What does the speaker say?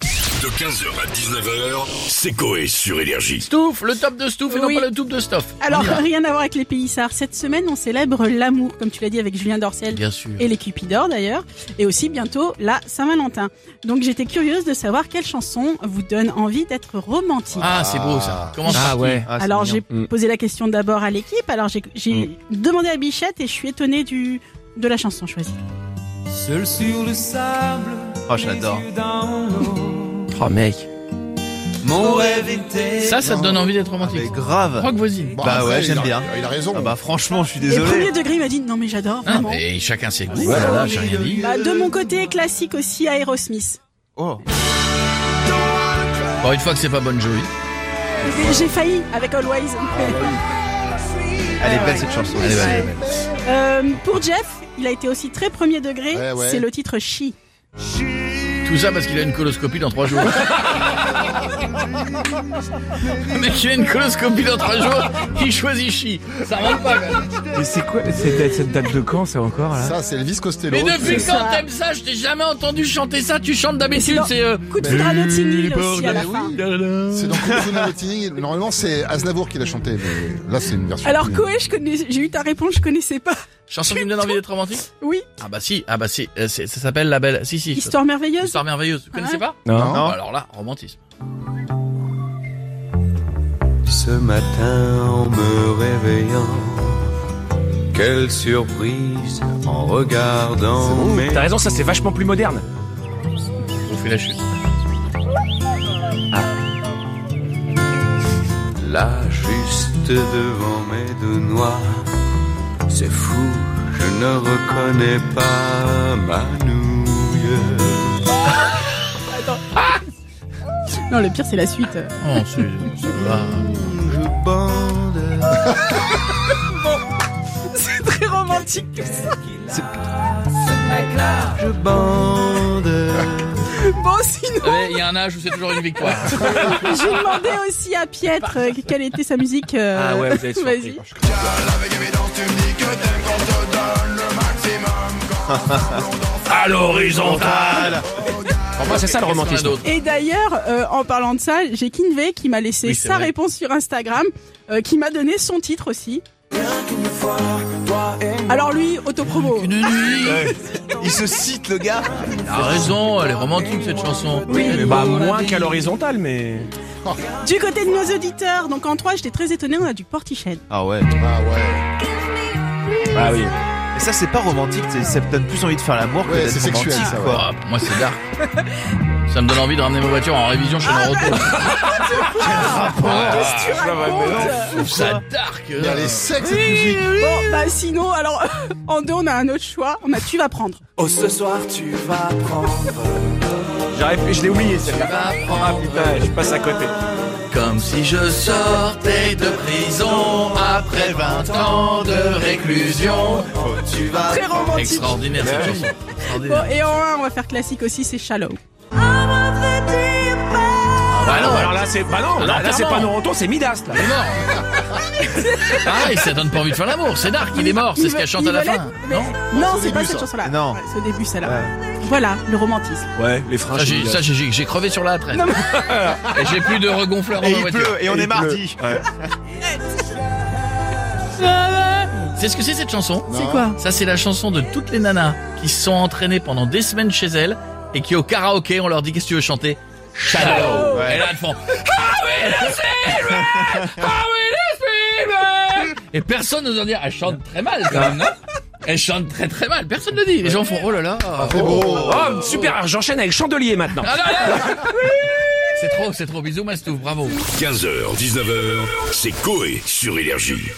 De 15h à 19h, c'est Coé sur Énergie. Stouff, le top de Stouff et non Oui. pas le top de Stoff. Alors, euh, rien à voir avec les Pélissards. Cette semaine, on célèbre l'amour, comme tu l'as dit avec Julien Dorcel Bien sûr. et les Cupidors d'ailleurs, et aussi bientôt la Saint-Valentin. Donc, j'étais curieuse de savoir quelle chanson vous donne envie d'être romantique. Ah, c'est beau ça. Comment Ah ça ouais. alors, j'ai posé la question d'abord à l'équipe, alors j'ai j'ai demandé à Bichette et je suis étonnée du, de la chanson choisie. Seul sur le sable. Ah, Oh, j'adore. les yeux dans l'eau. Oh mec. Mon rêve était. Ça, ça te donne envie d'être Mais romantique. grave. Rock voisine. Bon, Bah après, ouais, il j'aime a- bien. Oh, Il a raison. Ah bah franchement, je suis Et premier désolé. degré m'a dit non mais j'adore Ah, vraiment. mais chacun ses goûts. Ouais. Voilà, j'ai rien dit. Bah, de mon côté, classique aussi Aerosmith. Oh. Bon, une fois que c'est pas bonne Jovi. J'ai failli avec Always. Elle est belle cette chanson. Allez, bah, allez, Euh, pour Jeff, il a été aussi très premier degré. Ouais, ouais. C'est le titre She. bah. Tout ça parce qu'il a une coloscopie dans trois jours. Le mec, il a une coloscopie dans trois jours, il choisit chi. Ça va pas, quand même. Mais c'est quoi c'est- cette date de quand c'est encore là Ça, c'est Elvis Costello. Mais depuis c'est quand ça. t'aimes ça, je t'ai jamais entendu chanter ça. Tu chantes d'habitude, Mais c'est. euh, Coup de foudre à Notting Hill aussi à la fin. C'est dans Kung Fu Navotini. Normalement, c'est Aznavour qui l'a chanté. Mais là, c'est une version. Alors plus- Koé, je connais, j'ai eu ta réponse, je connaissais pas. Chanson qui me donne envie d'être romantique Oui, Ah bah si, ah bah si, euh, c'est- ça s'appelle La Belle. Si, si. histoire merveilleuse. Histoire merveilleuse. Vous connaissez pas Non. Bah Alors là, romantisme. Ce matin en me réveillant. Quelle surprise en regardant mes. T'as raison, ça c'est vachement plus moderne. On fait la chute. Là, juste devant mes deux noix. C'est fou, je ne reconnais pas ma nouille. Non, le pire c'est la suite. Oh, c'est. ça va. Je bande. C'est très romantique tout ça. Je bande. Bon, sinon, Ouais, Eh, Il y a un âge où c'est toujours une victoire. Ah j'ai demandé aussi à Pietre euh, quelle était sa musique. euh, Ah ouais, vous êtes surpris. Vas-y. À l'horizontale Pour moi, c'est ça le Qu'est-ce romantisme. qu'on a d'autre Et d'ailleurs, euh, en parlant de ça, j'ai Kinvey qui m'a laissé Oui, c'est sa vrai. réponse sur Instagram, euh, qui m'a donné son titre aussi. Alors lui, autopromo. Une nuit. Il se cite le gars. T'as raison, elle est romantique cette chanson. Oui. Mais bah moins qu'à l'horizontale, mais. Du côté de nos auditeurs, donc en 3, j'étais très étonnée, on a du Portiched. Ah ouais. Ah ouais. Ah oui. Et ça, c'est pas romantique. c'est- Ça me donne plus envie de faire l'amour que Ouais, d'être c'est sexuel, romantique, ça, quoi. Ah, pour moi c'est dark. Ça me donne envie de ramener ma voiture en révision chez le Ah, retour. Ah, Qu'est-ce que tu racontes Ça dark. Il y a les sexes, cette musique. Bon, bah sinon, alors, en deux, on a un autre choix. On a Tu vas prendre. Oh, ce soir tu vas prendre. J'arrive, je l'ai oublié celle-là. vas Ah putain, je passe à côté. Comme si je sortais de prison après 20 ans de réclusion. Tu vas. Très romantique. Extraordinaire Bah cette chanson. Bon, Extraordinaire. et en un, on va faire classique aussi, c'est Shallow. Bah non, Alors là, c'est. Bah non, là, là, c'est pas Noronto, c'est Midas là. il est mort. Pareil, Ah, ça donne pas envie de faire l'amour. C'est dark, il est mort. C'est Il ce veut- qu'elle chante il à la veut fin. l'être, mais- Non, c'est pas début, cette ça. chanson-là. Non. Ouais, C'est au début, celle-là. Voilà, le romantisme. Ouais, les freins. Ça, j'ai- Ça, j'ai- j'ai j'ai crevé sur la traîne. Et j'ai plus de regonfleur dans Et ma il voiture. pleut, et on est mardi. C'est ce que c'est cette chanson C'est quoi Ça, c'est la chanson de toutes les nanas qui se sont entraînées pendant des semaines chez elles et qui, au karaoké, on leur dit Qu'est-ce que tu veux chanter Shadow. Ouais. Et là, elles font Ah oui, la silhouette Ah oui, la silhouette Et personne n'ose en dire Elle chante très mal, quand même, non Elle chante très très mal, personne ne le dit. Les gens font Oh là là Ah, C'est beau. Oh, super, j'enchaîne avec Chandelier maintenant. Ah, là, là. C'est trop, c'est trop. Bisous, Mastouf, bravo. 15h, 19h, c'est Coé sur Énergie.